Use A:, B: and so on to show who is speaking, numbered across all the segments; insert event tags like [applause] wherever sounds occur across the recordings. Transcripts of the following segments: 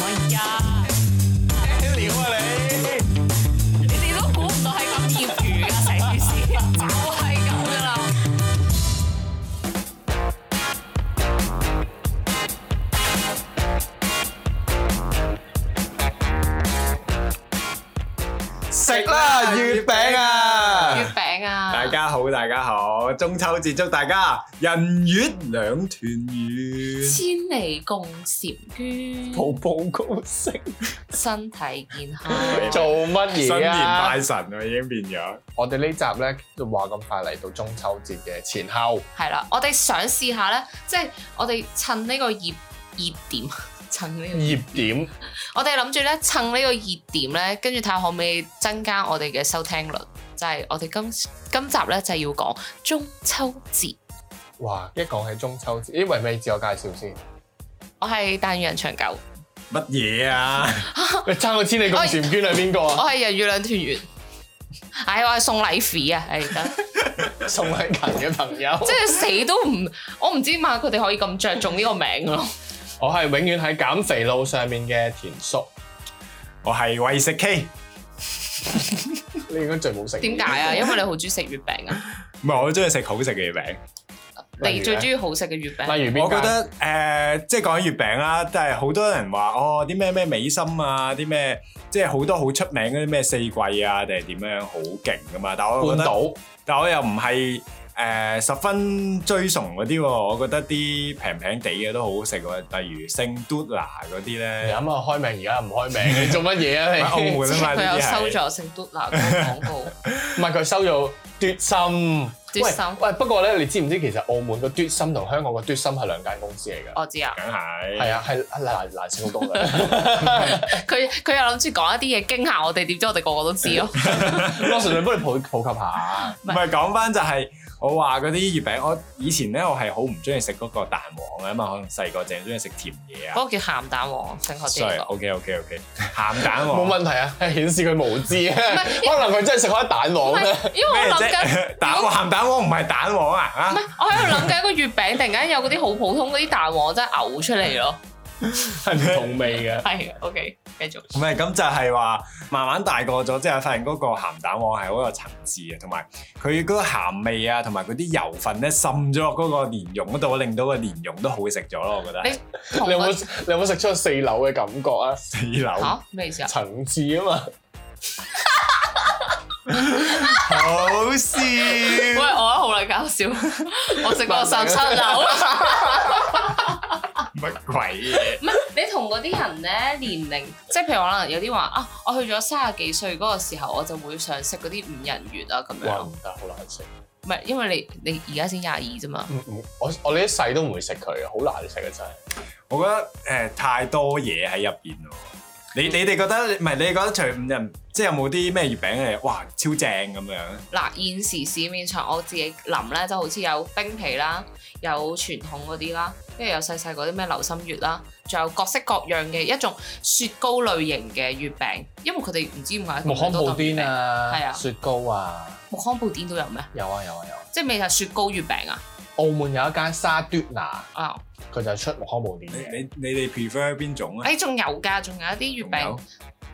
A: 哎呀，
B: 咩料啊你？
A: 你哋都估唔到係咁業餘㗎成件事，就係咁噶啦。
B: 食啦月餅
C: à.
B: 啊！
A: 月餅啊，
B: 大家好，大家好，中秋節祝大家人月兩團圓，
A: 千里共嬋娟，
B: 步步高升，
A: 身體健康。
C: 做乜
B: 新
C: 嘢
B: 年
C: 啊
B: 拜？神啊，已經變咗。
C: 我哋呢集咧就話咁快嚟到中秋節嘅前後，
A: 係啦，我哋想試下咧，即係我哋趁呢個熱熱點， [laughs] 趁
B: 嗯
A: 呢個。
C: 熱點
A: 我哋諗住咧，趁呢個熱點咧，跟住睇下可唔可以增加我哋嘅收聽率。就係、我哋今今集咧就係要講中秋節。
C: 哇！一講起中秋節，咦？維美自我介紹先，
A: 我係但願人長久，
B: 乜嘢啊？
C: 你爭個千里共嬋娟係邊個
A: 我
C: 啊？
A: 係人與兩團圓。唉、我係送禮肥啊！唉，
C: [laughs]
A: 得，
C: 宋禮勤嘅朋友，
A: 即係死都唔，我唔知點解佢哋可以咁着重呢個名咯。
C: 我係永遠喺減肥路上面嘅田叔，
B: 我係為食 K，
C: 你應該最冇食。
A: 點解
C: [laughs]
A: 啊？因為你好中意食月餅啊，
B: 唔係我中意食好食嘅月餅。
A: 你最中
C: 例
A: 意好食嘅月
C: 如呢
A: 餅。
C: 例如邊間？
B: 我覺得誒、呃即係講緊月餅啦，都係好多人話哦，啲咩咩美心啊，啲咩即係好多好出名嗰啲咩四季啊，定係點樣好勁噶嘛。但係我覺
C: 半
B: 得。
C: 島
B: 但我又唔係誒十分追崇嗰啲喎，我覺得啲平平地嘅都好好食喎，例如聖嘟拿嗰啲
C: 你諗
B: 咧，
C: 下開名而家唔開名，你做乜嘢啊？你
B: 喺澳門啊嘛
A: 佢
B: 呢
A: 有
B: 啲
A: 收
B: 係。
A: 咗聖嘟拿嗰個廣
C: [laughs]
A: 告，
C: 唔係佢收咗奪心，
A: 奪心
C: 喂喂，不過咧，你知唔知其實澳門個奪心同香港個奪心係兩間公司嚟㗎？
A: 我知啊。
B: 梗係，
C: 係啊，係係難難食好多嘅。
A: 佢佢又諗住講一啲嘢驚嚇我哋，點知我哋個個都知
C: [laughs]
A: 咯。
C: [laughs] 我純粹幫你普普及下。
B: 唔係講翻就係我話嗰啲月餅，我以前咧我係好唔中意食嗰個蛋黃啊嘛，可能細個淨係中意食甜嘢啊。
A: 嗰個叫鹹蛋黃，正確啲嚟講。
B: sorry，OK OK OK，鹹蛋
C: 冇
B: 黃。
C: 問題啊，係顯示佢無知啊， [laughs] 可能佢真係食開蛋
A: 唔
C: 黃
A: 係
C: 咧。，
A: 因為
B: 咩
A: 我諗緊，
B: 啫？蛋黃鹹蛋黃唔係蛋黃啊！啊
A: 唔，係我喺度諗緊個月餅，突然間有嗰啲好普通嗰啲蛋黃真係嘔出嚟
C: [laughs]
A: 咯。
C: 係唔同味
A: [laughs]
C: 嘅。
A: 係，OK，繼續。
B: 唔係咁就係話，慢慢大個咗之後，發現嗰個鹹蛋黃係好有層次嘅，同埋佢嗰個鹹味啊，同埋嗰啲油份咧滲咗落嗰個蓮蓉嗰度，令到個蓮蓉都好食咗咯，我覺得
A: 你。同
C: 你有
A: 個
C: 冇你有冇食出四樓嘅感覺啊？
B: 四 [laughs] 樓
A: 嚇咩意思啊？
C: 層次啊嘛，
B: 好笑，
A: 喂，我覺得好撚搞 [laughs] 笑，我食過十七樓。
B: 乜鬼啊嘢？
A: 唔係你同嗰啲人咧年齡，即係譬如可能有啲話啊，我去咗三十幾歲嗰個時候，我就會想食嗰啲五仁月啊咁
C: 哇
A: 樣。
C: 唔得，好難食。
A: 唔係因為你你而家先廿二啫嘛。
C: 唔唔，我我呢一世都唔會食佢嘅，好難食嘅真係。
B: 我覺得誒、太多嘢喺入邊咯。你你哋覺得唔係？你哋覺得除五人，即係有冇啲咩月餅係哇超正咁樣？
A: 嗱，現時市面上我自己諗咧，就好似有冰皮啦，有傳統嗰啲啦，跟住有細細嗰啲咩流心月啦，仲有各式各樣嘅一種雪糕類型嘅月餅，因為佢哋唔知點解
C: 木糠布丁
A: 甸，係
C: 啊，
A: 啊
C: 雪糕啊，
A: 木糠布甸都有咩？
C: 有啊有啊有啊。
A: 即係未係雪糕月餅啊？
C: 澳門有一間沙嘟拿，
A: 啊，
C: 佢就係出木糠布丁嘅。
B: 你你你哋 prefer 邊種咧？
A: 誒哎仲有㗎，仲有一啲月
B: 仲有
A: 餅。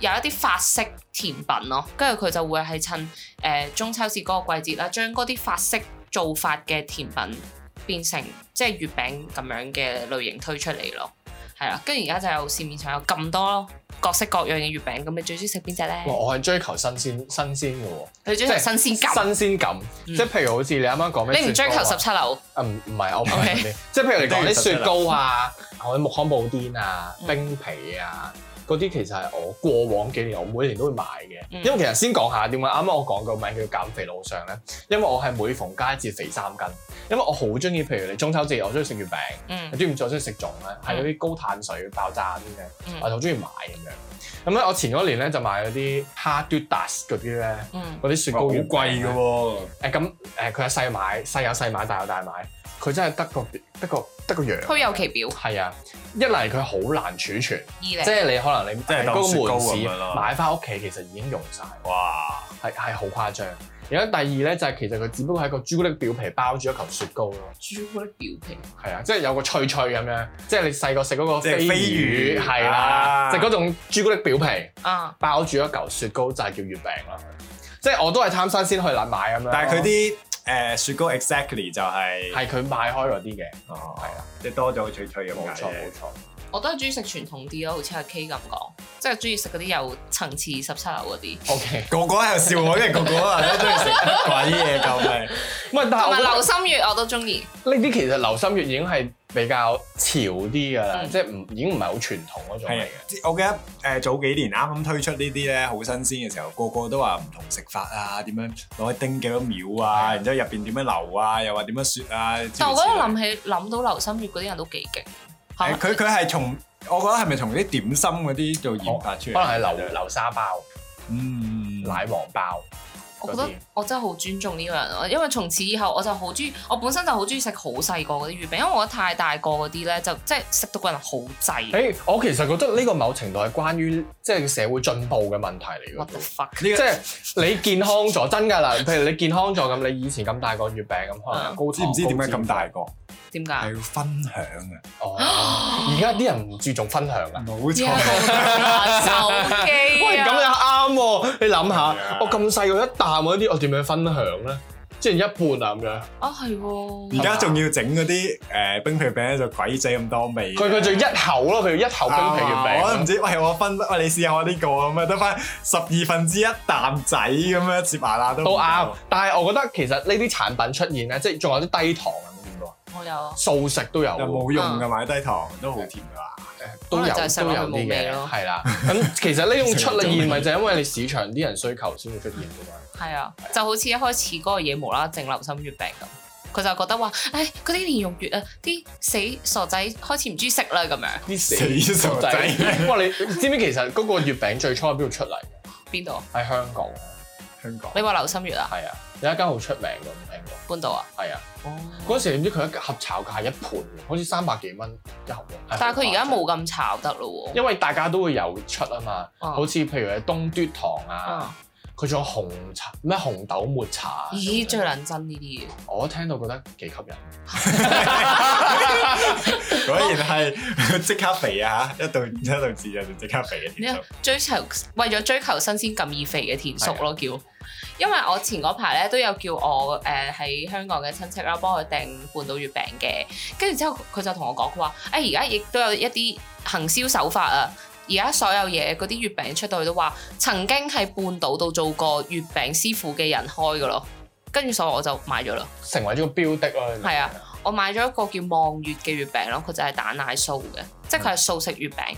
A: 有一啲法式甜品咯，跟住佢就會係趁誒、呃中秋節嗰個季節啦，將嗰啲法式做法嘅甜品變成即係月餅咁樣嘅類型推出嚟咯，係啦。跟住而家就有市面上有咁多各式各樣嘅月餅，咁你最中意食邊只咧
C: 哇！？我係追求新鮮新鮮嘅喎。
A: 你最中意食新鮮感，
C: 新鮮感，
A: 嗯
C: 即係譬如好似你啱啱講咩
A: 你唔追
C: 雪糕
A: 求
C: 啊
A: 十七樓，
C: 啊唔唔係我唔係嗰啲，即係譬如你講啲雪
A: [laughs]
C: 糕啊，我啲木糠布甸啊、
A: 嗯
C: 冰皮啊嗰啲，其實係我過往幾年我每年都會買嘅。
A: 嗯
C: 因為其實先講下點解啱啱我講個名叫減肥路上咧，因為我係每逢佳節肥三斤，因為我好中意，譬如你中秋節我中意食月餅，
A: 嗯
C: 你中唔中意食粽咧？係嗰啲高碳水爆炸啲嘅，
A: 嗯
C: 我就好中意買咁樣。咁咧，我前嗰年咧就買嗰啲哈嘟達嗰啲咧， [laughs]
A: 嗯，
C: 嗰啲雪
B: 哇哦好
C: 糕月
B: 貴
C: 餅
B: 嘅
C: 呢誒
B: 喎。
C: 咁誒，佢係細買，細有細買，大有大買。佢真係得個得個得個樣。
A: 虛有其表，
C: 係啊，一嚟佢好難儲存，
A: 二嚟
C: 即係你可能你嗰
B: 係當雪
C: 個
B: 糕
C: 門
B: 咁
C: 市
B: 樣咯
C: 買翻屋企，其實已經用晒，
B: 哇！
C: 係係好誇張。而家第二咧就係、其實佢只不過係一個朱古力表皮包住一嚿雪糕咯。
A: 朱古力表皮，
C: 係啊，即係有個脆脆咁樣，即係你細個食嗰個
B: 即係
C: 飛
B: 飛魚
C: 魚，係啦，
B: 啊
C: 食嗰種朱古力表皮
A: 啊，
C: 包住一嚿雪糕就係叫月餅啦。即係我都係貪新鮮去買咁樣。
B: 但係佢啲誒雪糕 exactly 就係
C: 係佢賣開嗰啲嘅，
B: 哦
C: 係啊，
B: 即係多咗個脆脆咁
C: 冇
B: 解
C: 錯
B: 啫
C: 冇錯。
A: 我都係中意食傳統啲咯，好似阿 K 咁講，即係中意食嗰啲有層次十七樓嗰啲，
C: O K，
B: 個個喺度笑我，因為個個啊 [laughs] 都中意食鬼嘢救命。
C: 唔係，但係
A: 同
C: 我
A: 埋
C: 覺得
A: 流心月我都中意，
C: 呢啲其實流心月已經係比較潮啲噶啦，
A: 嗯
C: 即係唔已經唔係好傳統
A: 啊
C: 嗰種嚟
B: 係
C: 嘅。，
B: 我記得誒、呃早幾年啱啱推出呢啲咧，好新鮮嘅時候，個個都話唔同食法啊，點樣攞去叮幾多秒
C: 係啊
B: 啊，然之後入邊點樣流啊，又話點樣雪啊。
A: 但我覺得
B: 諗
A: 諗起諗到流心月嗰啲人都幾勁，係
B: 佢佢係從，我覺得係咪從啲點心嗰啲做研發出嚟？
C: 可哦能係流流沙包、
B: 嗯，
C: 奶黃包，
A: 我覺得
C: 嗰啲
A: 我真係好尊重呢個人咯，因為從此以後我就好中意，我本身就好中意食好細個嗰啲月餅，因為我覺得太大個嗰啲咧就即係食到個人好滯。
C: 誒、我其實覺得呢個某程度係關於即係社會進步嘅問題嚟
A: What
C: 嘅
A: the。fuck？
B: 呢
C: 即
B: 個
C: 係你健康咗，真㗎啦。譬如你健康咗咁，你以前咁大個月餅咁，可能
A: 啊
C: 有高
B: 知
C: 糖
B: 唔知點解咁？
C: 高
B: 大個？
A: 點解？
B: 係要分享啊！
C: 脂肪哦，而家啲人唔注重分享
A: [laughs]
C: 啦。
B: 冇
A: 呢一
B: 錯
A: 個，
C: [laughs]
A: 手
C: 喂，
A: 機
C: 咁
A: 啊！
C: 又啱喎！你諗
B: 係
C: 下
B: 啊，
C: 我咁細個一啖嗰啲，我點樣分享咧？即係一半啊咁樣。
A: 啊係喎，
B: 而家仲要整嗰啲誒冰皮餅咧，就鬼死咁多味。
C: 佢佢就一口咯，佢要一口冰皮月
B: 啊我都唔
C: 餅。
B: 知，喂，我分，喂，你試下我呢個咁啊，得翻十二分之一啖仔咁樣接牙罅都唔
C: 都
B: 夠
C: 啱，
A: 啊
C: 但係我覺得其實呢啲產品出現咧，即係仲有啲低糖啊，有冇見過啊
A: 我有啊，
C: 素食都有
B: 又
C: 喎，
B: 冇用噶買低糖都好甜噶啦，
C: 都有
A: 可能就係食
C: 都
A: 落去
C: 有啲
A: 冇味
C: 嘅，
A: 咯
C: 係啦。咁其實呢種出現
B: [laughs]
C: 咪就係因為你市場啲人需求先會出現㗎嘛。
A: 係啊，就好似一開始嗰個嘢無啦啦整流心月餅咁。佢就覺得話，唉，嗰啲蓮蓉月啊，啲死傻仔開始唔中意食啦咁樣。
C: 啲
B: 死傻仔
C: [laughs] 哇！你知唔知其實嗰個月餅最初喺邊度出嚟嘅？
A: 邊度？啊
C: 喺香港，
B: 香港
A: 你話流心月啊？
C: 係啊，有一間好出名嘅，唔聽過。
A: 搬到啊？
C: 係啊，嗰時你知佢一盒炒價係一盤嘅，好似三百幾蚊一盒喎。係
A: 但係佢而家
C: 好
A: 冇咁炒得咯喎。
C: 因為大家都會有出啊嘛，
A: 嗯
C: 好似譬如係東嘟糖啊，
A: 啊
C: 佢仲有紅茶咩紅豆抹茶啊，
A: 咦，
C: 咁
A: 最
C: 樣
A: 撚真呢啲嘢。
C: 我聽到覺得幾吸引，
B: 果然係 [laughs] 即刻肥啊嚇！一到一到節日就即刻肥嘅甜
A: 咩啊
B: 筒，
A: 追求為咗追求新鮮感而肥嘅田叔咯，叫。因為我前嗰排咧都有叫我誒喺、香港嘅親戚啦，幫佢訂半島月餅嘅，跟住之後佢就同我講，佢話：哎誒而家亦都有一啲行銷手法啊！而家所有嘢嗰啲月餅出到去都話，曾經喺半島度做過月餅師傅嘅人開嘅咯。跟住所以我就買咗啦，
C: 成為咗個標的咯。你明唔明
A: 係啊，我買咗一個叫望月嘅月餅咯，佢就係蛋奶酥嘅，即係佢係素食月餅。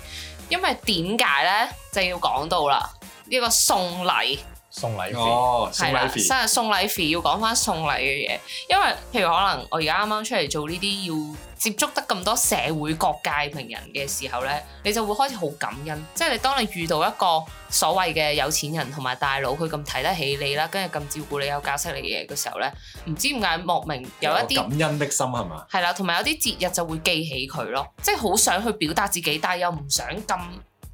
A: 因為點解咧就要講到啦，呢個送禮。
C: 送禮費
B: 哦，送
A: 係啦，
B: 禮肥
A: 生日送禮 fee 要講翻送禮嘅嘢，因為譬如可能我而家啱啱出嚟做呢啲要接觸得咁多社會各界名人嘅時候咧，你就會開始好感恩，即係你當你遇到一個所謂嘅有錢人同埋大佬，佢咁睇得起你啦，跟住咁照顧你有教識你嘅嘢嘅時候咧，唔知點解莫名有一啲
B: 哦感恩的心係嘛？
A: 係啦，同埋有啲節日就會記起佢咯，即係好想去表達自己，但係又唔想咁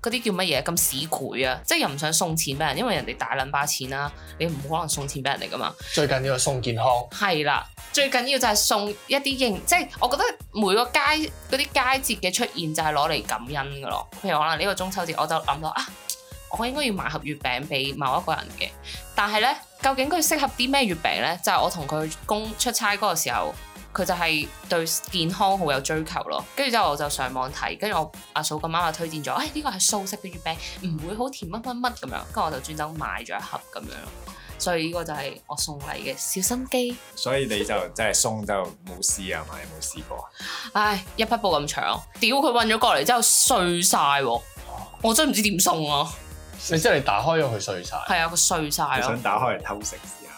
A: 嗰啲叫乜嘢咁市儈啊，即係又唔想送錢俾人，因為人哋大撚把錢啦，你唔可能送錢俾人哋噶嘛。
C: 最緊要係
A: [laughs]
C: 送健康，
A: 係啦，最緊要就係送一啲應，即係我覺得每個佳嗰啲佳節嘅出現就係攞嚟感恩噶咯。譬如可能呢個中秋節，我就諗到啊，我應該要買盒月餅俾某一個人嘅，但係呢，究竟佢適合啲咩月餅呢？就係、我同佢公出差嗰個時候。佢就係對健康好有追求咯，跟住之後我就上網睇，跟住我阿嫂咁啱就推薦咗，誒、呢個係素食嘅月餅，唔會好甜乜乜乜咁樣，跟住我就專登買咗一盒咁樣咯，所以呢個就係我送禮嘅小心機。
B: 所以你就即係送就冇試啊嘛？有冇試過啊？
A: 唉，一匹布咁長，屌佢運咗過嚟之後碎晒喎，我真係唔知點送啊！
C: 你即係你打開咗佢碎晒。
A: 係啊，佢碎晒
B: 我
A: 咯
B: 想，打開嚟偷食試下。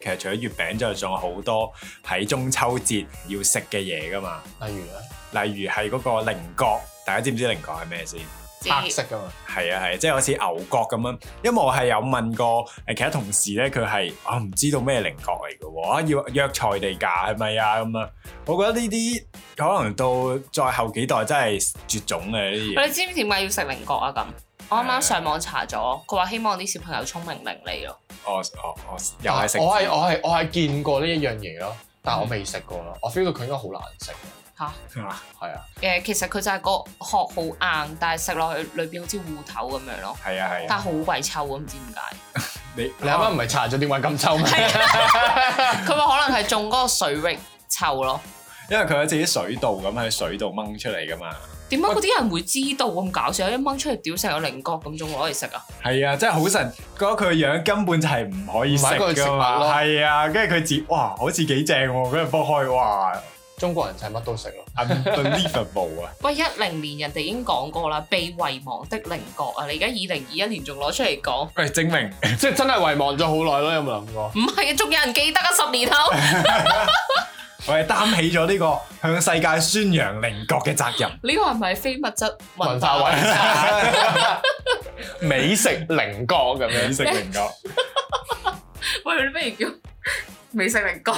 B: 其實除咗月餅之外，仲有好多喺中秋節要食嘅嘢噶嘛。
C: 例如啊咧，
B: 例如係嗰個菱角，大家知唔知菱角係咩先？
A: 即
C: 黑
A: 係
C: 色噶嘛，
B: 係啊係啊，即係好似牛角咁樣。因為我係有問過誒其他同事咧，佢係啊唔知道咩菱角嚟嘅喎，啊要藥材地㗎係咪啊咁啊？我覺得呢啲可能到再後幾代真係絕種嘅呢啲嘢。
A: 你知唔知點解要食菱角啊？咁我啱啱上網查咗，佢話希望啲小朋友聰明伶俐咯，
B: 我我我又係食
C: 我係我係我係見過呢一樣嘢咯，
A: 嗯
C: 但係我未食過咯。我 feel 到佢應該好難食，啊
A: 嚇
C: 係啊，
A: 誒，其實佢就係個殼好硬，但係食落去裏邊好似芋頭咁樣咯，
B: 係啊係啊，
A: 但係好鬼臭啊，唔知點解。
B: 你
C: 你啱啱唔係查咗點解咁臭咩？
A: 啊佢話可能係中嗰個水域臭咯。
B: 因為佢喺自己水道咁喺水度掹出嚟噶嘛，
A: 點解嗰啲人會知道咁搞笑？一掹出嚟屌成個菱角咁，仲攞嚟食啊？
B: 係啊，真係好神，覺得佢個樣根本就係唔可以食
C: 唔係一個食
B: 噶
C: 物
B: 嘛，
C: 咯
B: 係啊，跟住佢自哇好似幾正喎，跟住剝開哇
C: 中國人就係乜都食咯，
B: unbelievable 啊，
A: 喂，一零年人哋已經講過啦，被遺忘的菱角啊！你而家二零二一年仲攞出嚟講，
B: 喂證明
C: [laughs] 即係真係遺忘咗好耐咯。有冇諗過？
A: 唔係啊，仲有人記得啊！十年
C: [laughs]
A: 後，
B: 我哋擔起咗呢個向世界宣揚菱角嘅責任。
A: 呢個係咪非物質
C: 文
A: 文
C: 化
A: 化遺
C: 遺
A: 產？
C: [laughs] 產美食菱角咁樣
B: 美。食菱角，
A: 喂，你不如叫美食菱角？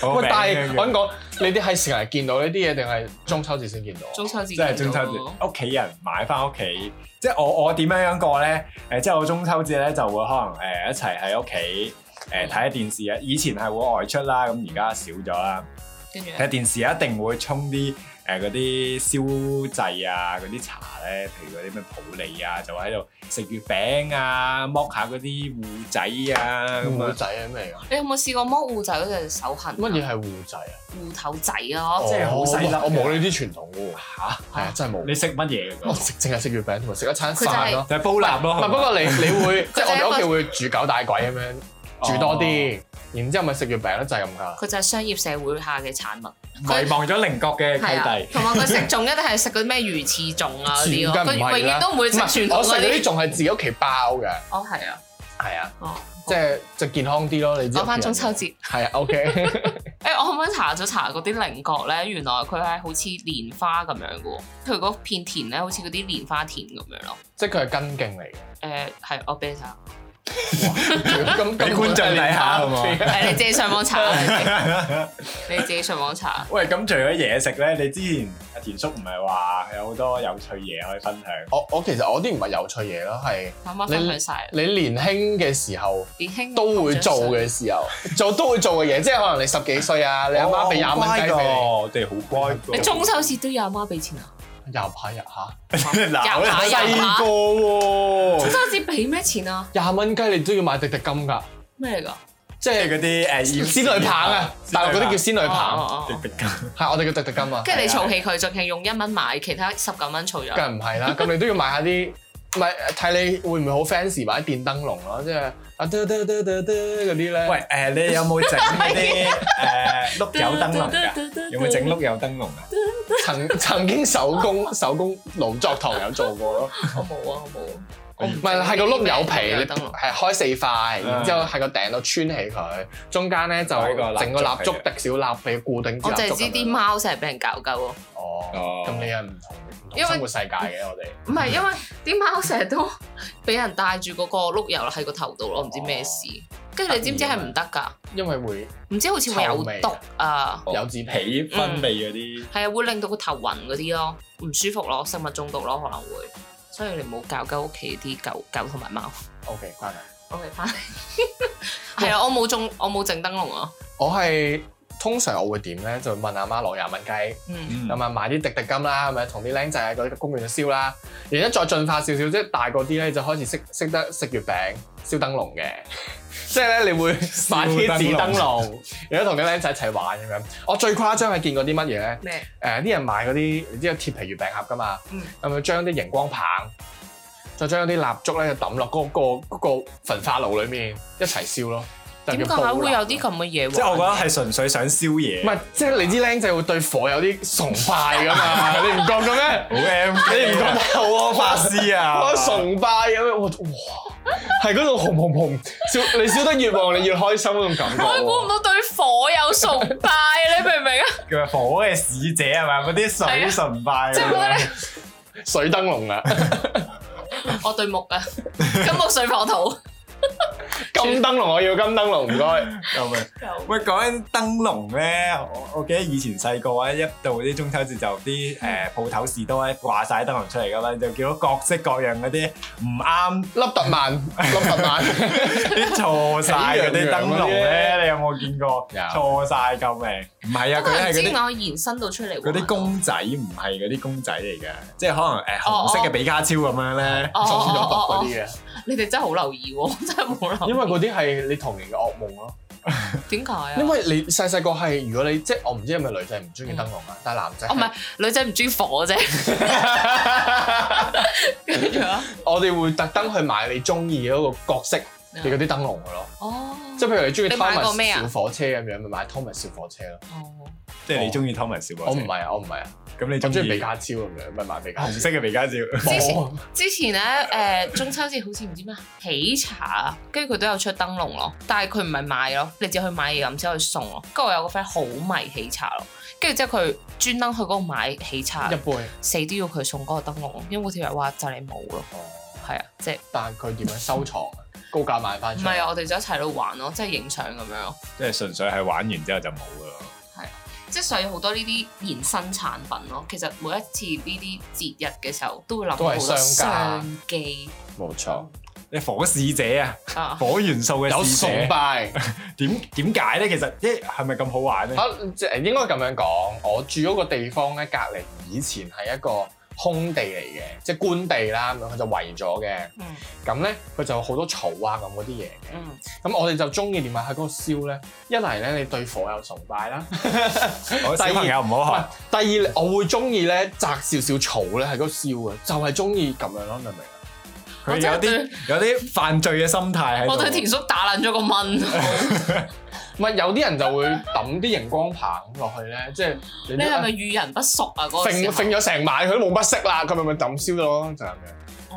B: 好
C: [laughs] 喂，但係
B: 名
C: 我咁講，你啲係成日見到呢啲嘢，定係中秋節先見到？啊
A: 中秋節
B: 即係中秋節，屋企人買翻屋企，即係我我點樣樣過咧？誒、即係我中秋節咧就會可能誒、一齊喺屋企誒睇下電視啊。以前係會外出啦，咁而家少咗啦。
A: 跟住
B: 睇下電視一定會沖啲誒嗰啲燒製啊，嗰啲茶咧，譬如嗰啲咩普洱啊，就喺度食月餅啊，剝下嗰啲芋仔啊咁
C: 芋
B: 啊，
C: 仔係咩嚟
A: 你有冇試過剝芋仔嗰隻手痕啊？
C: 㗎？乜嘢係芋仔啊？
A: 芋頭仔啊咯？
B: 即係好細粒
C: 哦我冇呢啲傳統嘅喎，
B: 嚇！
C: 係啊，真係冇。
B: 你食乜嘢
C: 我
B: 㗎？
C: 食淨係食月餅同埋食一餐
A: 佢就係
C: 飯咯。
B: 就係煲
C: 唔
B: 蠟咯。
C: 係
B: 係
C: 不
B: 嘛
C: 過你你會即係
A: 就
C: 我
A: 係一個
C: 哋屋企會煮九大簋咁樣煮多啲，然之後咪食月餅咯，就係咁㗎。
A: 佢就係商業社會下嘅產物，佢
B: 遺忘咗菱角嘅
A: 係啊
B: 契，弟。 [laughs]
A: 同埋佢食粽一定係食嗰啲咩魚翅粽啊嗰啲
C: 梗
A: 咯，佢
C: 唔係啦
A: 永遠都唔會
C: 唔
A: 食傳
C: 係，
A: 統
C: 我食
A: 嗰
C: 嗰啲
A: 啲。
C: 仲係自己屋企包嘅，
A: 哦，係啊，
C: 係啊，
A: 哦，
C: 即係就健康啲咯。你知
A: 講翻中秋節，
C: 係啊，OK， [laughs]
A: 誒、我可唔可以查咗查嗰啲菱角咧？原來佢係好似蓮花咁樣嘅喎，佢嗰片田咧好似嗰啲蓮花田咁樣咯。
C: 即係佢係根莖
B: [laughs]
C: 嚟嘅。
A: 誒、係，我俾你查，
C: 咁
B: 俾
C: 咁
B: 觀眾睇下好
C: 好
B: 唔好
A: 誒你自己上網查啦，你自己你自己上網查。
B: 喂，咁除咗嘢食咧，你之前阿田叔唔係話有好多有趣嘢可以分享？
C: 我我其實我啲唔係有趣嘢咯，係
A: 慢慢分享晒啦，
C: 你年輕嘅時候。
A: 年輕
C: 都會做嘅時
B: [laughs]
C: 候，做都會做嘅嘢，即係可能你十幾歲啊，你阿媽俾廿蚊雞俾
B: 哦
C: 你，
B: 好乖㗎我哋好乖㗎。
A: 你中秋節都有阿媽俾錢啊？
C: 廿下廿下，
B: [laughs] 嗱，
A: 入下入下
B: 細個
A: 中
B: 喎，
A: 秋節俾咩錢啊？
C: 廿蚊雞你都要買滴滴金㗎，
A: 咩嚟㗎？
C: 即
B: 即係
C: 係
B: 嗰啲誒
C: 仙女棒啊，大陸嗰啲叫仙女棒，啊
A: 哦哦哦
B: 滴滴金，
C: 係我哋叫滴滴金啊。
A: 跟住你
C: 係啊
A: 儲起佢，淨係用一蚊買，其他十九蚊儲咗。
C: 梗係唔係啦， [laughs] 咁你都要買下啲。唔係睇你會唔會好 fancy 買電燈籠咯，即係啊嘟嘟嘟嘟嘟嗰啲咧。
B: 喂，誒，你有冇整嗰啲誒
A: [laughs]
B: 碌柚燈籠㗎？有冇整碌柚燈籠啊？
C: [laughs] 曾曾經手工手工勞作堂有做過咯，
A: 我冇啊，我冇啊。我
C: 唔係係個碌柚皮，
A: 你
C: 你係開四塊，然之後喺個頂度穿起佢，中間咧就
B: 擺個蠟燭
C: 嗯整個蠟燭滴小蠟俾固定支
A: 我
B: 啊
C: 蠟燭
A: 就係
C: 咁樣。
A: 知啲貓成日俾人搞鳩咯，
C: 哦
B: 哦，
C: 咁你又唔同唔
A: 因
C: 同
A: 為
C: 生活世界嘅我
A: 唔
C: 哋。
A: 係因為啲貓成日都俾人戴住嗰個碌柚喺個頭度咯，唔知咩事。跟住你知唔知係唔得㗎？
C: 因為會
A: 唔知好似會有毒啊，
C: 有紙皮，
B: 起分味嗰啲，
A: 係啊，會令到個頭暈嗰啲咯，唔舒服咯，食物中毒咯，可能會。所以你唔好搞鳩屋企啲狗狗同埋貓。
C: OK 關啦。
A: OK，翻嚟。 [laughs] 係啊，我冇中，我冇整燈籠啊。
C: 我係通常我會點咧？就問阿媽攞廿蚊雞，
A: 嗯，
B: 嗯
C: 咁啊買啲滴滴金啦，咁樣同啲僆仔喺啊嗰啲公園度燒啦。然之後再進化少少，即係大個啲咧就開始識識得食月餅、燒燈籠嘅。 [laughs] 即係咧，你會買啲紙燈
B: 燈
C: 籠，然之後同啲僆仔一齊玩咁樣。我最誇張係見過啲乜嘢咧？
A: 咩？
C: 誒、啲人買嗰啲，你知有鐵皮月餅盒噶嘛？
A: 嗯
C: 咁佢將啲熒光棒，再將啲蠟燭咧就抌落嗰個嗰、個焚化爐裏面一齊燒咯。就
A: 點
C: 叫
A: 解
C: 煲蠟
A: 會有啲咁嘅嘢？
B: 即係我覺得係純粹想燒嘢
C: 唔，係，即係你知僆仔會對火有啲崇拜噶嘛？你唔覺嘅咩？
B: 好 M，
C: 你唔覺得好
B: 法
C: 啊？
B: 師啊
C: [laughs] 我？崇拜咁樣，我哇，係嗰種紅紅紅笑，你笑得越旺，你越開心嗰種感覺
A: 我
C: 喎。
A: 係估唔到對火有崇拜，你明唔明啊？
B: 叫火嘅使者係咪？嗰啲水崇拜啊，
A: 即係覺得
C: [laughs] 水燈籠啊，
A: 我對木啊，金木水火土，
C: 金 [laughs] 金燈籠，我要金燈籠，唔該。
B: 救命！喂，講緊燈籠咧，我我記得以前細個咧，一到啲中秋節就啲誒鋪頭士多咧掛晒燈籠出嚟噶嘛，就見到各式各樣嗰啲唔 [laughs] 啱、
C: 粒特 [laughs] 曼，粒特曼，
B: 啲錯晒嗰啲燈籠咧，你有冇見過？
C: 有
B: 錯晒救命！唔係啊，佢
A: 唔
B: 係嗰
A: 知
B: 啲
A: 點解我延伸到出嚟
B: 嗰啲
A: 玩
B: 公仔，唔係嗰啲公仔嚟嘅，即係可能誒紅色
A: 哦
B: 嘅
A: 哦
B: 比卡超咁樣咧。
A: 哦
C: 中咗
A: 哦
C: 毒嗰
A: 哦
C: 啲嘅，
A: 哦，你哋真係好留意喎， [laughs] 真係冇留意。
C: 因為嗰啲係你童年嘅噩夢咯。
A: 點解啊？
C: 因為你細細個係，如果你即係我唔知係咪女仔唔中意燈籠啊，但係男仔
A: 哦，唔係女仔唔中意火啫，跟住啊，
C: [laughs] 我哋會特登去買你中意嗰個角色嘅嗰啲燈籠嘅咯。
A: 哦，
C: 即係譬如你中意
A: 你買過
C: Thomas
A: 咩啊
C: 小火車咁樣，咪買 Thomas 小火車咯。
A: 哦
B: 即係你中意 Thomas 小
C: 我
B: 波
C: 唔
B: 姐，
C: 係啊，我唔係啊，
B: 咁你
C: 我
B: 中
C: 中意
B: 意
C: 比卡超咁樣，咪買比卡
B: 紅
C: 超。
B: 色嘅比卡超。
A: 之前
C: 冇
A: 之前咧，誒中秋節好似唔知咩喜茶啊，跟住佢都有出燈籠咯，但係佢唔係賣咯，你只可以買嘢飲先可以送咯。跟住我有個 friend 好迷喜茶咯，跟住之後佢專登去嗰度買喜茶
C: 一，杯，
A: 死都要佢送嗰個燈籠，因為嗰條友話就嚟冇咯，係啊，即係
C: 但哦係佢點樣收藏啊？高價賣翻
A: 唔
C: 出嚟。
A: 係啊？我哋就一齊喺度玩咯，即係影相咁樣咯，
B: 即係純粹係玩完之後就冇噶咯。
A: 即係所以好多呢啲延伸產品咯。其實每一次呢啲節日嘅時候，都會諗到
C: 都係
A: 好多
C: 商家
A: 商機
C: 冇錯，
B: 你火使者啊，
C: [laughs]
A: 啊。
B: 火元素嘅
C: 有
B: 使者，
C: 崇拜。 [laughs]
B: 點點解咧？其實即係咪咁好玩咧？
C: 啊，即係應該咁樣講，我住嗰個地方咧，隔離以前係一個空地嚟嘅，即係官地啦，咁樣佢就圍咗嘅。
A: 嗯
C: 咁咧，佢就有好多草啊咁嗰啲嘢嘅。
A: 嗯，
C: 咁我哋就中意點啊喺嗰度燒咧，一嚟咧你對火有崇拜啦，
B: 我小朋友唔好學。
C: 第二我會中意咧摘少少草咧喺嗰度燒嘅，就係中意咁樣咯，明唔明啊？
A: 我
B: 佢有
A: 真係
B: 啲有啲犯罪嘅心態喺
A: 我對田
B: 度。
A: 叔打爛咗個
C: [laughs]
A: 蚊。
C: 唔係有啲人就會抌啲熒光棒落
A: [laughs]
C: 去咧，即係你
A: 你係咪遇人不淑啊？嗰個
C: 揈
A: 時候
C: [laughs] 揈咗成晚，佢都冇乜色啦，佢咪咪抌燒咗咯，就係咁樣。
A: 哦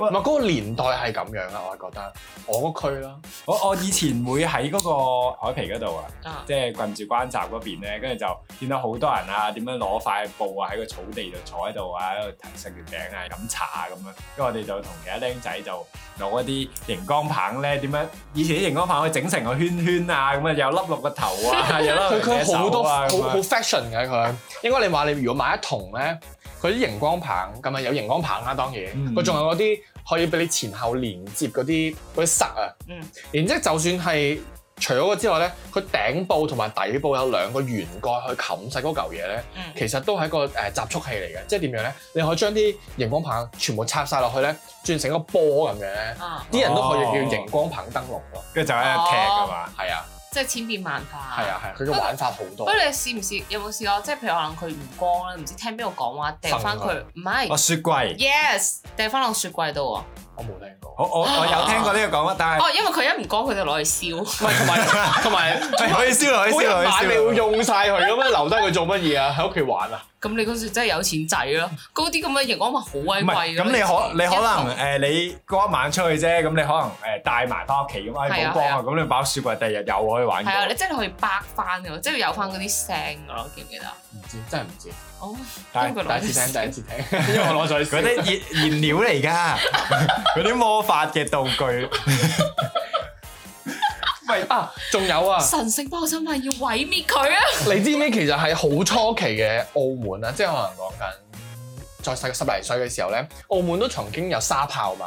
C: 唔係嗰個年代係咁樣啊啦，我係覺得我個區啦，
B: 我我以前會喺嗰個海皮嗰度啊，
A: 啊
B: 即係近住關閘嗰邊咧，跟住就見到好多人啊，點樣攞塊布啊喺個草地度坐喺度啊，喺度食月餅啊、飲茶啊咁樣。跟住我哋就同其他僆仔就攞一啲熒光棒咧，啊點樣以前啲熒光棒可以整成個圈圈啊，咁啊又笠落個頭啊，又笠
C: 佢
B: 落隻
C: 佢好
B: 手
C: 多好
B: 啊咁
C: 好
B: 樣。
C: fashion 嘅佢。應該你話你如果買一筒咧，佢啲熒光棒咁啊有熒光棒啦，當然
B: 嗯
C: 佢仲、有嗰啲可以俾你前後連接嗰啲嗰啲塞啊。
A: 嗯
C: 然之後就算係除咗嗰個之外咧，佢頂部同埋底部有兩個圓蓋去冚晒嗰嚿嘢咧，
A: 嗯
C: 其實都係一個誒集束器嚟嘅，即係點樣咧？你可以將啲熒光棒全部插晒落去咧，轉成一個波咁樣咧，
A: 啊，
C: 啲人都可以
B: 哦
C: 叫熒光棒燈籠咯。
B: 跟住就喺度踢㗎
A: 哦
B: 嘛。
C: 係啊。
A: 即係千變萬化。
C: 係。啊係啊，佢嘅玩法好
A: 不
C: 多
A: 過。你試唔試？有冇試過？即係譬如可能佢唔光咧，唔知聽邊個講話掉翻佢，唔
B: 我
A: 係
C: 哦
B: 雪櫃。
A: ，yes，掉翻落雪櫃度喎。
C: 我冇聽過。
B: 我我我有聽過呢個講法，但係
A: 哦，因為佢一唔光佢就攞去燒。
C: 唔係同埋同埋，
B: 係可以燒落去，
C: 每
B: 燒落
C: 一
B: 去，
C: 晚你
B: 燒落
C: 會
B: 去。
C: 用晒佢咁樣，留低佢做乜嘢啊？喺屋企玩啊？
A: 咁你嗰時真係有錢仔咯，嗰啲咁嘅熒光棒好鬼貴
B: 唔係，
A: 㗎
B: 咁你可你可
A: 一
B: 能
A: 筒
B: 誒你嗰一晚出去啫，咁你可能誒帶埋翻屋企
A: 係
B: 咁，誒
A: 啊
B: 冇光
A: 係
B: 啊，
A: 啊
B: 咁你擺雪櫃，第二日又可以玩過
A: 係。啊，你真係可以掰翻㗎，即係有翻嗰啲聲㗎咯，記唔記得啊？
C: 唔知真係唔知，
A: 哦，
B: 但係
A: 因為佢攞
C: 第一
A: 去
C: 次聽，
A: 燒
C: 第一次 [laughs] 聽，因為
B: [laughs]
C: 我攞咗去燒。
B: 嗰啲熱燃料嚟 [laughs] 㗎，嗰啲魔法嘅道具。
C: 喂啊，仲有啊，
A: 神聖爆心係要毀滅佢啊！
C: 你知唔知其實係好初期嘅澳門啊？即係可能講緊再細個十零歲嘅時候咧，澳門都曾經有沙炮賣，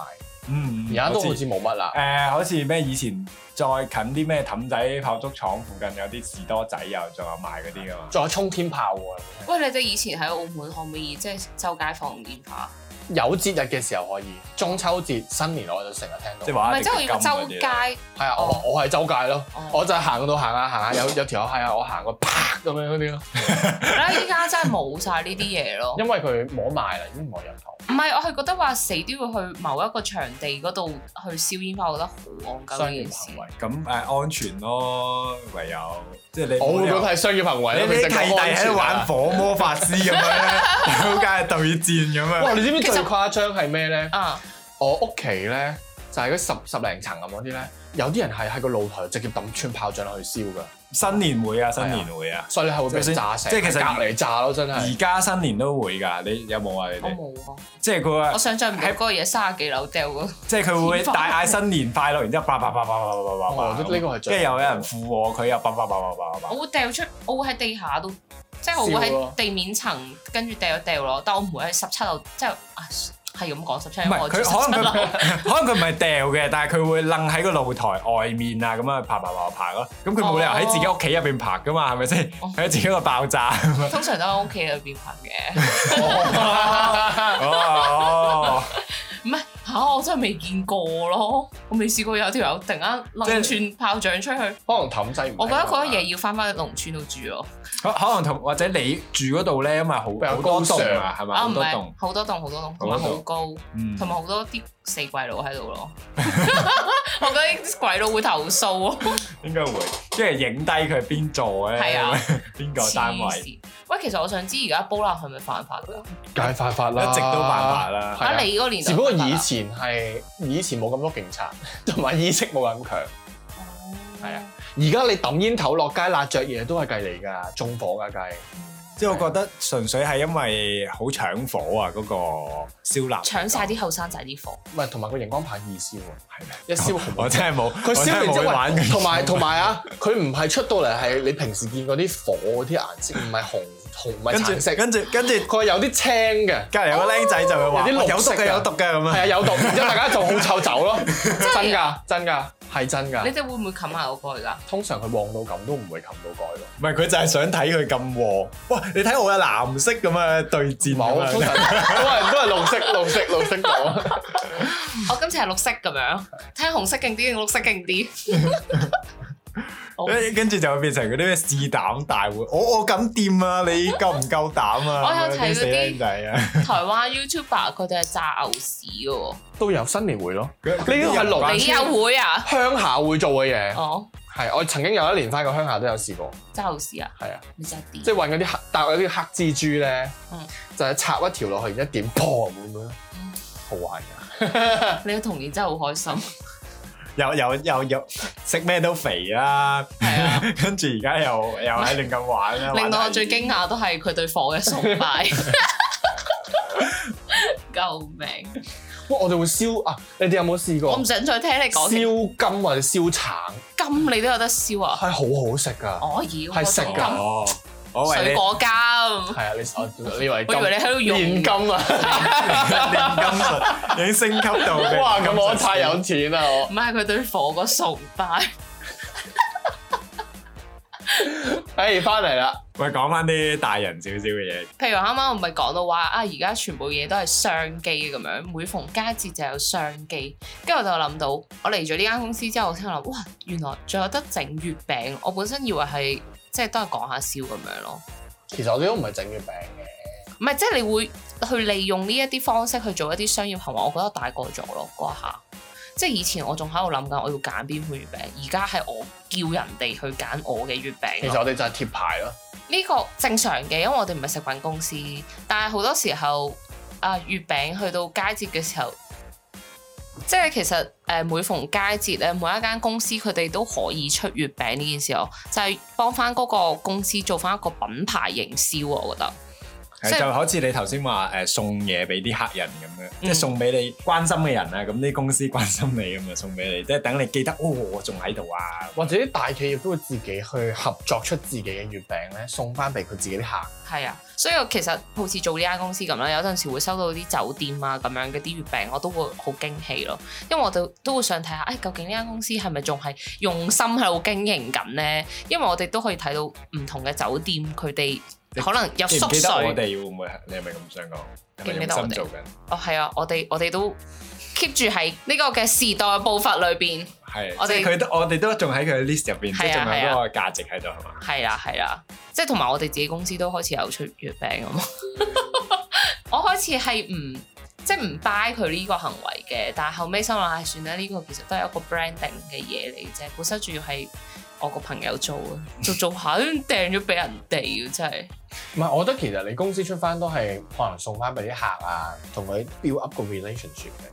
B: 嗯，
C: 而家都好似冇乜啦。
B: 誒，好似咩以前再近啲咩氹仔炮竹廠附近有啲士多仔又仲有賣嗰啲㗎嘛。
C: 仲有沖天炮喎，
A: 喂，你哋以前喺澳門可唔可以即係周街放煙花？
C: 有節日嘅時候可以，中秋節、新年我就成日聽到
B: 即
A: 唔
B: 係。話
A: 係，即係我要周街。
C: 係啊，我我係周街咯，
A: 哦
C: 我就係行到行下行下，有有條友係啊，我行過啪咁樣嗰啲咯，
A: 咧依家真係冇晒呢啲嘢咯。
C: 因為佢冇得賣啦，已經冇人頭。
A: 唔係，我係覺得話死都要去某一個場地嗰度去燒煙花，我覺得好戇鳩呢
C: 商業
A: 件事
C: 行。為，
B: 咁誒安全咯，唯有即係你
C: 我會
B: 冇理
C: 覺
B: 由
C: 得係商業行為啦。
B: 你
C: 佢
B: 啲
C: 食
B: 契弟
C: 個安
B: 喺
C: 全
B: 度
C: 啊
B: 玩。火魔法師咁樣咧，好梗係對戰咁樣。
C: 哇！你知唔知
A: 其
C: 最
A: 實
C: 誇張係咩咧？
A: 啊，
C: 我屋企咧就係嗰十十零層咁嗰啲咧，有啲人係喺個露台直接抌穿炮仗落去燒㗎。
B: 新年會啊，新年會啊，
C: 所以你係會俾人炸死，
B: 即係其實
C: 隔離炸咯，真
B: 而
C: 係。
B: 家新年都會㗎，你有冇啊？你
A: 我
B: 哋
A: 冇啊，
B: 即係佢
A: 我
B: 話，
A: 想象唔到嗰個嘢三十幾樓掉嗰
B: 即係佢會大嗌新年快樂，然之後叭叭叭叭叭叭叭叭
C: 我覺
B: 叭
C: 得呢個係最
B: 啊跟住又有
C: [laughs]
B: 人附和佢，又叭叭叭叭叭叭叭
A: 我會掉出，我會喺地下都，即係我會喺地面層跟住掉一掉咯，但我唔會喺十七樓，即係啊係咁講十七，
B: 唔
A: 因為
B: 係
A: 我住
B: 佢可
A: 十七
B: 能
A: 樓
B: 佢。可能佢唔係掉嘅，但係佢會楞喺個露台外面啊，咁啊爬爬爬爬咯。咁佢冇理由喺自己屋企入邊爬噶嘛，係咪先？
A: 哦
B: 喺自己個爆炸咁啊！
A: 通常都喺屋企裏邊拍嘅，
B: 哦，
A: 唔係嚇我真係未見過咯，我未試過有條友突然間
B: 即係
A: 楞串炮仗出去，
C: 可能氹仔唔係啊
A: 我覺得嗰
C: 㗎
A: 一嘢要翻返去農村度住咯，
B: 可可能同或者你住嗰度咧，因為好
C: 比較
B: 好
C: 高
B: 多棟啊，係咪
A: 啊
B: 好
A: 唔
B: 多
A: 係
B: 棟？
A: 好多棟好多棟，同埋
B: 好多棟
A: 好高，
B: 嗯
A: 同埋好多啲四鬼佬喺度咯， [laughs] 我覺得啲鬼佬會投訴咯。
B: 應該會，因為影低佢係邊座咧，
A: 係啊，
B: 邊個單
A: 黐
B: 位，
A: 線喂，其實我想知而家煲辣係咪犯法㗎？
C: 梗係犯法啦，
B: 一直都犯法
C: 啦。
B: 啦。
C: 係啊
A: 啊，你嗰個年代
C: 只不過
A: 犯法
C: 以
A: 啦
C: 前係以前冇咁多警察， [laughs] 同埋意識冇咁強。係啊，而家你抌煙頭落街辣着嘢都係計嚟㗎，縱火㗎計。
B: 即係我覺得純粹係因為好搶火啊，嗰個燒臘
A: 搶晒啲後生仔啲貨，
C: 唔係同埋個熒光棒易燒啊，
B: 係咩？
C: 一燒紅。
B: 我真係冇，
C: 佢燒完之
B: 我真係冇玩
C: 後，
B: 過
C: 同埋同埋啊，佢唔係出到嚟係你平時見嗰啲火嗰啲顏色，唔係紅紅唔係
B: 跟
C: 橙色
B: 住，跟住跟住
C: 佢係有啲青嘅，
B: 隔離有個僆仔就會話：
C: 有啲綠
B: 哇有毒
C: 色㗎
B: 嘅，有毒嘅咁
C: 係
B: 啊！
C: 啊有毒，然之後大家就好臭走
A: [laughs]
C: 咯，真㗎真㗎係真
A: 你
C: 㗎。
A: 哋會唔會冚下我過去㗎？
C: 通常佢旺到咁都唔會冚到蓋咯。
B: 唔係佢就係想睇佢咁和。哇！你睇我嘅藍色咁啊對戰
C: 冇，
B: 咁
C: 通 [laughs]
B: 樣，
C: 常都係都係綠色綠色綠色到。啊
A: 我哦今次係綠色咁樣，睇下紅色勁啲定綠色勁啲。
C: [laughs]
A: 我
B: 跟跟住就會變成嗰啲咩試膽大會。我我敢掂啊！你夠唔夠膽啊？
A: 我有睇嗰啲
B: 死僆仔啊！
A: 台灣 YouTuber 佢哋係炸牛屎嘅喎，
C: 都有新年會咯，
B: 呢
C: 個係綠
A: 你又會啊？
C: 鄉下會做嘅嘢
A: 哦，
C: 係啊我曾經有一年翻過鄉下都有試過，
A: 炸牛屎啊？
C: 係啊，
A: 你真係
C: 即
A: 癲！
C: 係揾嗰啲黑，但係嗰啲黑蜘蛛咧
A: 嗯，
C: 就係插一條落去，然之後一點破咁樣，好玩㗎。
A: 啊你嘅童年真係好開
C: [laughs]
A: 心，
B: 又又又又食咩都肥啦，
A: 係啊！
B: 跟住而家又又喺亂咁玩啦。
A: 令到我最
B: 驚。
A: 驚訝都係佢對火嘅崇拜。 [laughs] 救命！
C: 哇！我哋會燒啊！你哋有冇試
A: 我
C: 過
A: 唔想再聽你講添
C: 燒金或者燒橙？
A: 金，你都有得燒啊！
C: 係好好食㗎。
A: 我妖，
C: 係食㗎
A: 金
B: 哦，我為
A: 水
B: 你
A: 果監，
C: 係啊，你我以為
A: 我以為你喺度用
C: 現金啊！
B: 煉金術已經升級到嘅。
C: 哇！咁我太有錢啦我。
A: 唔係佢對火個崇拜。 [laughs]
C: 誒，翻哎嚟啦。
B: 喂，講翻啲大人少少嘅嘢，
A: 譬如啱啱我咪講到話啊，而家全部嘢都係商機咁樣，每逢佳節就有商機。跟住我就諗到，我嚟咗呢間公司之後，我先諗，哇，原來仲有得整月餅。我本身以為係即係都係講下笑咁樣咯，
C: 其實我哋都唔係整月餅嘅。
A: 唔係即係你會去利用呢一啲方式去做一啲商業行為。我覺得我大個咗咯，嗰一下。即係以前我仲喺度諗緊我要揀邊款月餅，而家係我叫人哋去揀我嘅月餅
C: 其
A: 咯。
C: 實我哋就係貼牌咯。
A: 呢個正常嘅，因為我哋唔係食品公司，但係好多時候啊，月餅去到佳節嘅時候，即係其實誒、呃每逢佳節咧，每一間公司佢哋都可以出月餅呢件事咯，就係、幫翻嗰個公司做翻一個品牌營銷啊，我覺得即係
B: 係就好似你頭先話誒送嘢俾啲客人咁樣，即係
A: 嗯
B: 送俾你關心嘅人啊，咁啲公司關心你咁啊，送俾你，即係等你記得哦，我仲喺度啊。
C: 或者啲大企業都會自己去合作出自己嘅月餅咧，送翻俾佢自己啲客。
A: 係啊，所以我其實好似做呢間公司咁啦，有陣時會收到啲酒店啊咁樣嘅啲月餅，我都會好驚喜咯，因為我都都會想睇下，誒、哎究竟呢間公司係咪仲係用心喺度經營緊呢？因為我哋都可以睇到唔同嘅酒店佢哋
B: 你
A: 可能有
B: 記唔
A: 縮
B: 記得我
A: 水，
B: 哋會唔會？你係咪咁想講？係咪
A: 記唔記
B: 用
A: 得我
B: 心
A: 哋
B: 做緊？
A: 哦係啊，我哋我哋都 keep 住喺呢個嘅時代步伐裏邊，
B: 係，啊
A: 我
B: 即
A: 哋
B: 係佢都我哋都仲喺佢嘅 list 入邊，即
A: 係
B: 係仲
A: 啊
B: 有
A: 係啊
B: 嗰個價值喺度係嘛？
A: 係啦係啦，即係同埋我哋自己公司都開始有出月餅咁。 [laughs] 我開始係唔即係唔 buy 佢呢個行為嘅，但係後尾心諗，唉、算啦，呢、個其實都係一個 branding 嘅嘢嚟啫，本身仲要係我個朋友做啊，做做下都掟咗俾人哋，真係
C: 唔係，我覺得其實你公司出翻都係可能送翻俾啲客啊，同佢 build up 個 relationship 嘅。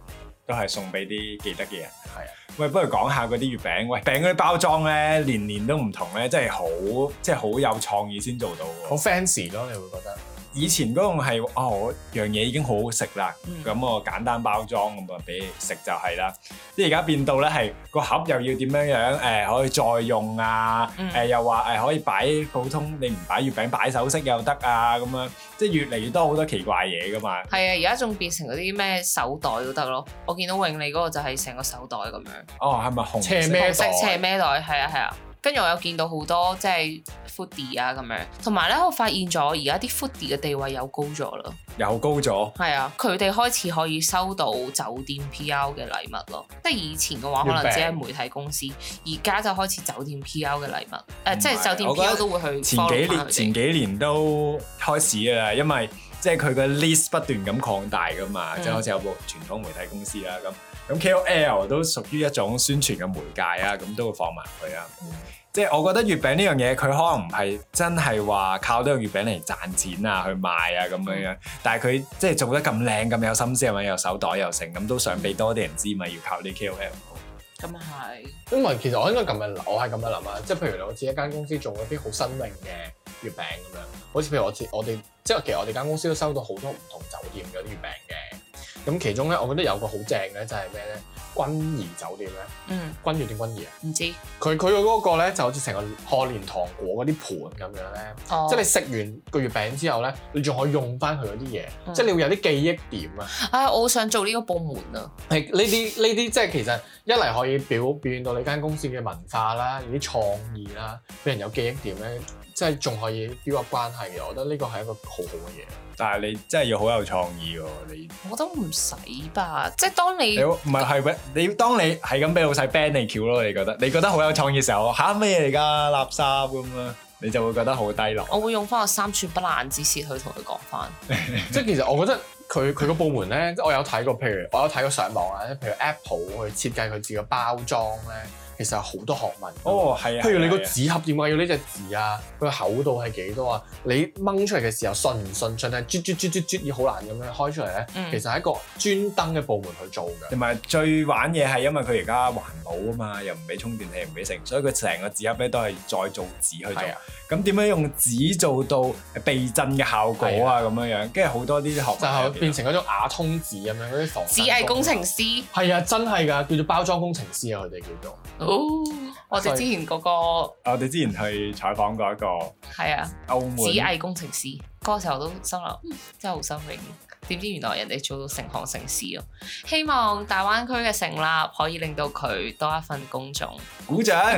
B: 都係送俾啲記得嘅人。
C: 係啊，
B: 喂，不如講下嗰啲月餅。喂，餅嗰啲包裝咧，年年都唔同咧，真係好，即係好有創意先做到
C: 好
B: 喎。
C: fancy 咯，你會覺得
B: 以前嗰種係哦，我樣嘢已經好好食啦，
A: 嗯
B: 咁、我簡單包裝咁啊，俾你食就係啦。即係而家變到咧係個盒又要點樣樣誒、可以再用啊？誒、
A: 嗯
B: 又話誒、可以擺普通，你唔擺月餅擺首飾又得啊咁樣，即係越嚟越多好多奇怪嘢噶嘛。
A: 係啊，而家仲變成嗰啲咩手袋都得咯。我見到永利嗰個就係成個手袋咁樣，
B: 哦，係咪紅
C: 斜
B: 色
C: 孭
A: 紅色
C: 袋
A: 斜孭袋，係啊係啊。跟住我有見到好多即係 foodie 啊咁樣，同埋咧我發現咗而家啲 foodie 嘅地位又高咗啦。
B: 又高咗？
A: 係啊，佢哋開始可以收到酒店 P.R. 嘅禮物咯，即係以前嘅話可
C: 月餅
A: 能只係媒體公司，而家就開始酒店 P.R. 嘅禮物，誒、
B: 唔係
A: 即係酒店
B: 我覺得
A: P.R. 都會去
B: 前幾
A: follow
B: 年
A: 翻
B: 前
A: 佢哋。
B: 幾年都開始㗎啦，因為即係佢個 list 不斷咁擴大㗎嘛，
A: 嗯
B: 即係好似有部傳統媒體公司啦咁，咁 KOL 都屬於一種宣傳嘅媒介啊，咁都會放埋佢啊。
A: 嗯
B: 即係我覺得月餅呢樣嘢，佢可能唔係真係話靠呢個月餅嚟賺錢啊，去賣啊咁樣
A: 嗯
B: 樣，但係佢即係做得咁靚咁有心思，係咪有手袋又成，咁都想俾多啲人知咪，要靠啲 KOL。
A: 咁啊係，
C: 因為其實我應該咁樣諗，我係咁樣諗啊，即係譬如好似一間公司做嗰啲好新穎嘅月餅咁樣，好似譬如我自我哋即係其實我哋間公司都收到好多唔同酒店嗰啲月餅嘅，咁其中咧我覺得有個好正嘅就係咩咧？君怡酒店咧，
A: 嗯，
C: 君悦定君怡啊？
A: 唔知，
C: 佢佢嗰個咧就好似成個賀年糖果嗰啲盤咁樣咧。
A: 哦，
C: 即係你食完個月餅之後咧，你仲可以用翻佢嗰啲嘢，
A: 嗯
C: 即係你會有啲記憶點啊！
A: 唉，我好想做呢個部門啊，
C: 係呢啲呢啲即係其實一嚟可以表表現到你間公司嘅文化啦，你啲創意啦，俾人有記憶點咧，即係仲可以 build up 關係嘅。我覺得呢個係一個好好嘅嘢。
A: [laughs]
B: 但係你真係要好有創意喎，你。
A: 我都唔使吧，即係當你
B: 你唔係啊係咩？你當你係咁俾老細 ban 你橋咯，你覺得你覺得好有創意嘅時候，嚇咩嘢嚟㗎？垃圾咁樣，你就會覺得好低落。
A: 我會用翻我三寸不爛之舌去同佢講翻，
C: 即係其實我覺得佢佢個部門咧，即係我有睇過，譬如我有睇過上網啊，譬如 Apple 去設計佢自己嘅包裝咧，其實有好多學問。
B: 哦，係啊，
C: 譬如你個
B: 係啊
C: 紙盒點解要呢隻字啊？佢個厚度係幾多啊？你掹出嚟嘅時候順唔順暢咧？啜啜啜啜啜要好難咁樣開出嚟咧，
A: 嗯
C: 其實係一個專登嘅部門去做嘅。
B: 同埋最玩嘢係因為佢而家環保啊嘛，又唔俾充電器，唔俾成，所以佢成個紙盒咧都係再做紙去
C: 係啊
B: 做。，咁點樣用紙做到避震嘅效果啊？咁樣樣，跟住好多啲學
C: 就係
B: 問
C: 變成嗰種瓦通紙咁樣嗰啲防
A: 只
C: 塵
A: 係工程
C: 啊。
A: 師。
C: 係啊，真係㗎，叫做包裝工程師啊，佢哋叫做。
A: 哦，我哋之前嗰個
B: 我哋之前去採訪過一個
A: 係啊。
B: 歐
A: 紙
B: 門
A: 藝工程師，嗰個時候我都心諗，嗯真係好新穎。點知原來人哋做到成行成市咯。希望大灣區嘅成立可以令到佢多一份工種。
B: 鼓掌。 [laughs]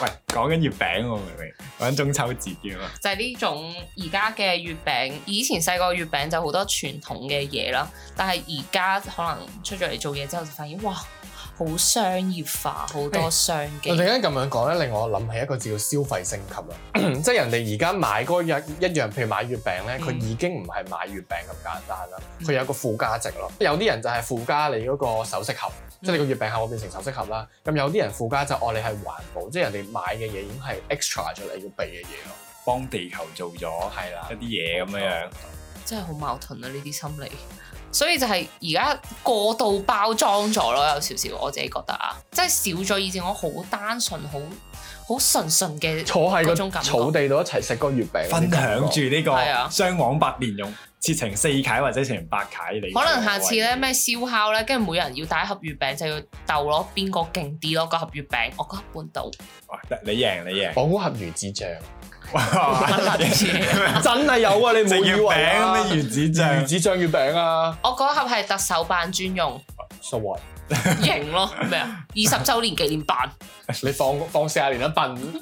B: 喂，講緊月餅喎，明唔明？講緊中秋節啊嘅嘛。
A: 就係呢種而家嘅月餅，以前細個月餅就好多傳統嘅嘢啦，但係而家可能出咗嚟做嘢之後就發現，哇，好商業化，好多商機
C: 我。突然間咁樣講咧，令我諗起一個字叫消費升級啊， [clears throat] 即係人哋而家買嗰一一樣，譬如買月餅咧，佢
A: 嗯
C: 已經唔係買月餅咁簡單啦，
A: 嗯
C: 佢有個附加值咯。有啲人就係附加你嗰個首飾盒，即
B: 嗯
C: 係你個月餅盒會變成首飾盒啦。咁有啲人附加就哦，你係環保，即係人哋買嘅嘢已經係 extra 咗你要備嘅嘢咯。
B: 幫地球做咗
C: 係啦
B: 一，啲嘢咁樣
A: 哦
B: 樣。
A: 真係好矛盾啊！呢啲心理，所以就係而家過度包裝咗咯，有少少我自己覺得啊，即係少咗以前我好單純、好好純純嘅，
C: 坐喺個
A: 嗰種感覺
C: 草地度一齊食個月餅，
B: 分享住呢
A: 哦係啊
B: 個雙黃白蓮蓉，切成四楷或者切成八楷你。啊
A: 可能下次咧咩燒烤咧，跟住每人要帶一盒月餅，就要鬥咯，邊個勁啲咯？個盒月餅，我嗰盒半島，
B: 哇，得你贏你
A: [laughs]
B: 贏，
C: 我估合魚子醬， [laughs]
B: 哇
C: 真係有啊！你
B: 食
C: 冇以
B: 月
C: 為啊
B: 餅咩魚子
C: 魚
A: [laughs]
B: 醬？
C: 子醬月餅啊
A: 我嗰盒係特首辦專用，
C: [laughs] ，so what？
A: 型咯咩啊？二十週年紀念版，
C: 你放放四廿年一笨。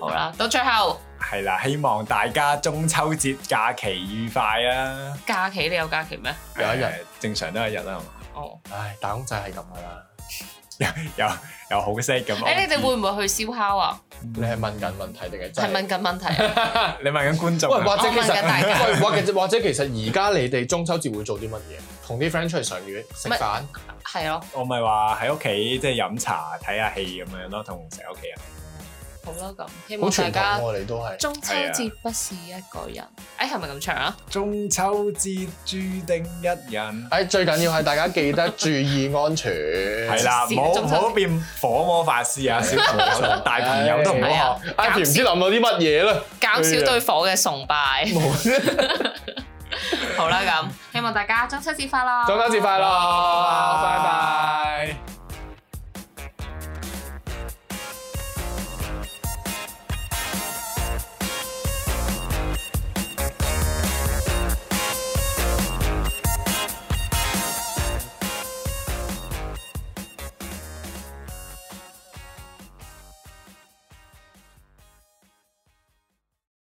A: 好啦，到最後
B: 係啦，希望大家中秋節假期愉快啊！
A: 假期你有假期咩？
C: 有一日
B: 誒正常都有一日啦，係嘛
A: 哦，
C: 唉，打工仔係咁噶啦。
B: 有有好息咁。
A: 誒、你哋會唔會去燒烤啊？
C: 你係問緊問題定係真
A: 係
C: 係？
A: 問緊問題啊？
B: 你問緊觀眾
C: 喂，
B: 啊？
C: 或者其
A: 我問緊大
C: 實
A: 家
C: [laughs] 喂，或者或者其實而家你哋中秋節會做啲乜嘢？同啲 friend 出嚟賞月、食
A: 咪
C: 飯，
A: 係咯，
B: 我咪話喺屋企即係飲茶睇下戲咁樣咯，同成屋企人。
A: 好好啦咁，希
C: 好
A: 望大
C: 傳
A: 家
C: 統。喎，你都係。
A: 中秋節不是一個人，誒係咪咁長啊？
B: 中秋節注定一人。
C: 誒最緊要係大家記得注意安全。
B: 係啦，
A: [laughs]
B: 唔
A: 是啊
B: 好
A: 中
B: 唔
A: 秋節
B: 好變火魔法師啊！小朋友、 [laughs] 大朋友都唔
A: 係
B: 好
A: 啊
B: 學。
C: 阿唔知諗到啲乜嘢啦，
A: 減少對火嘅崇拜。
C: 冇。
A: [laughs] 好啦咁，希望大家中秋節快樂！哦
C: 中秋節快樂，拜拜。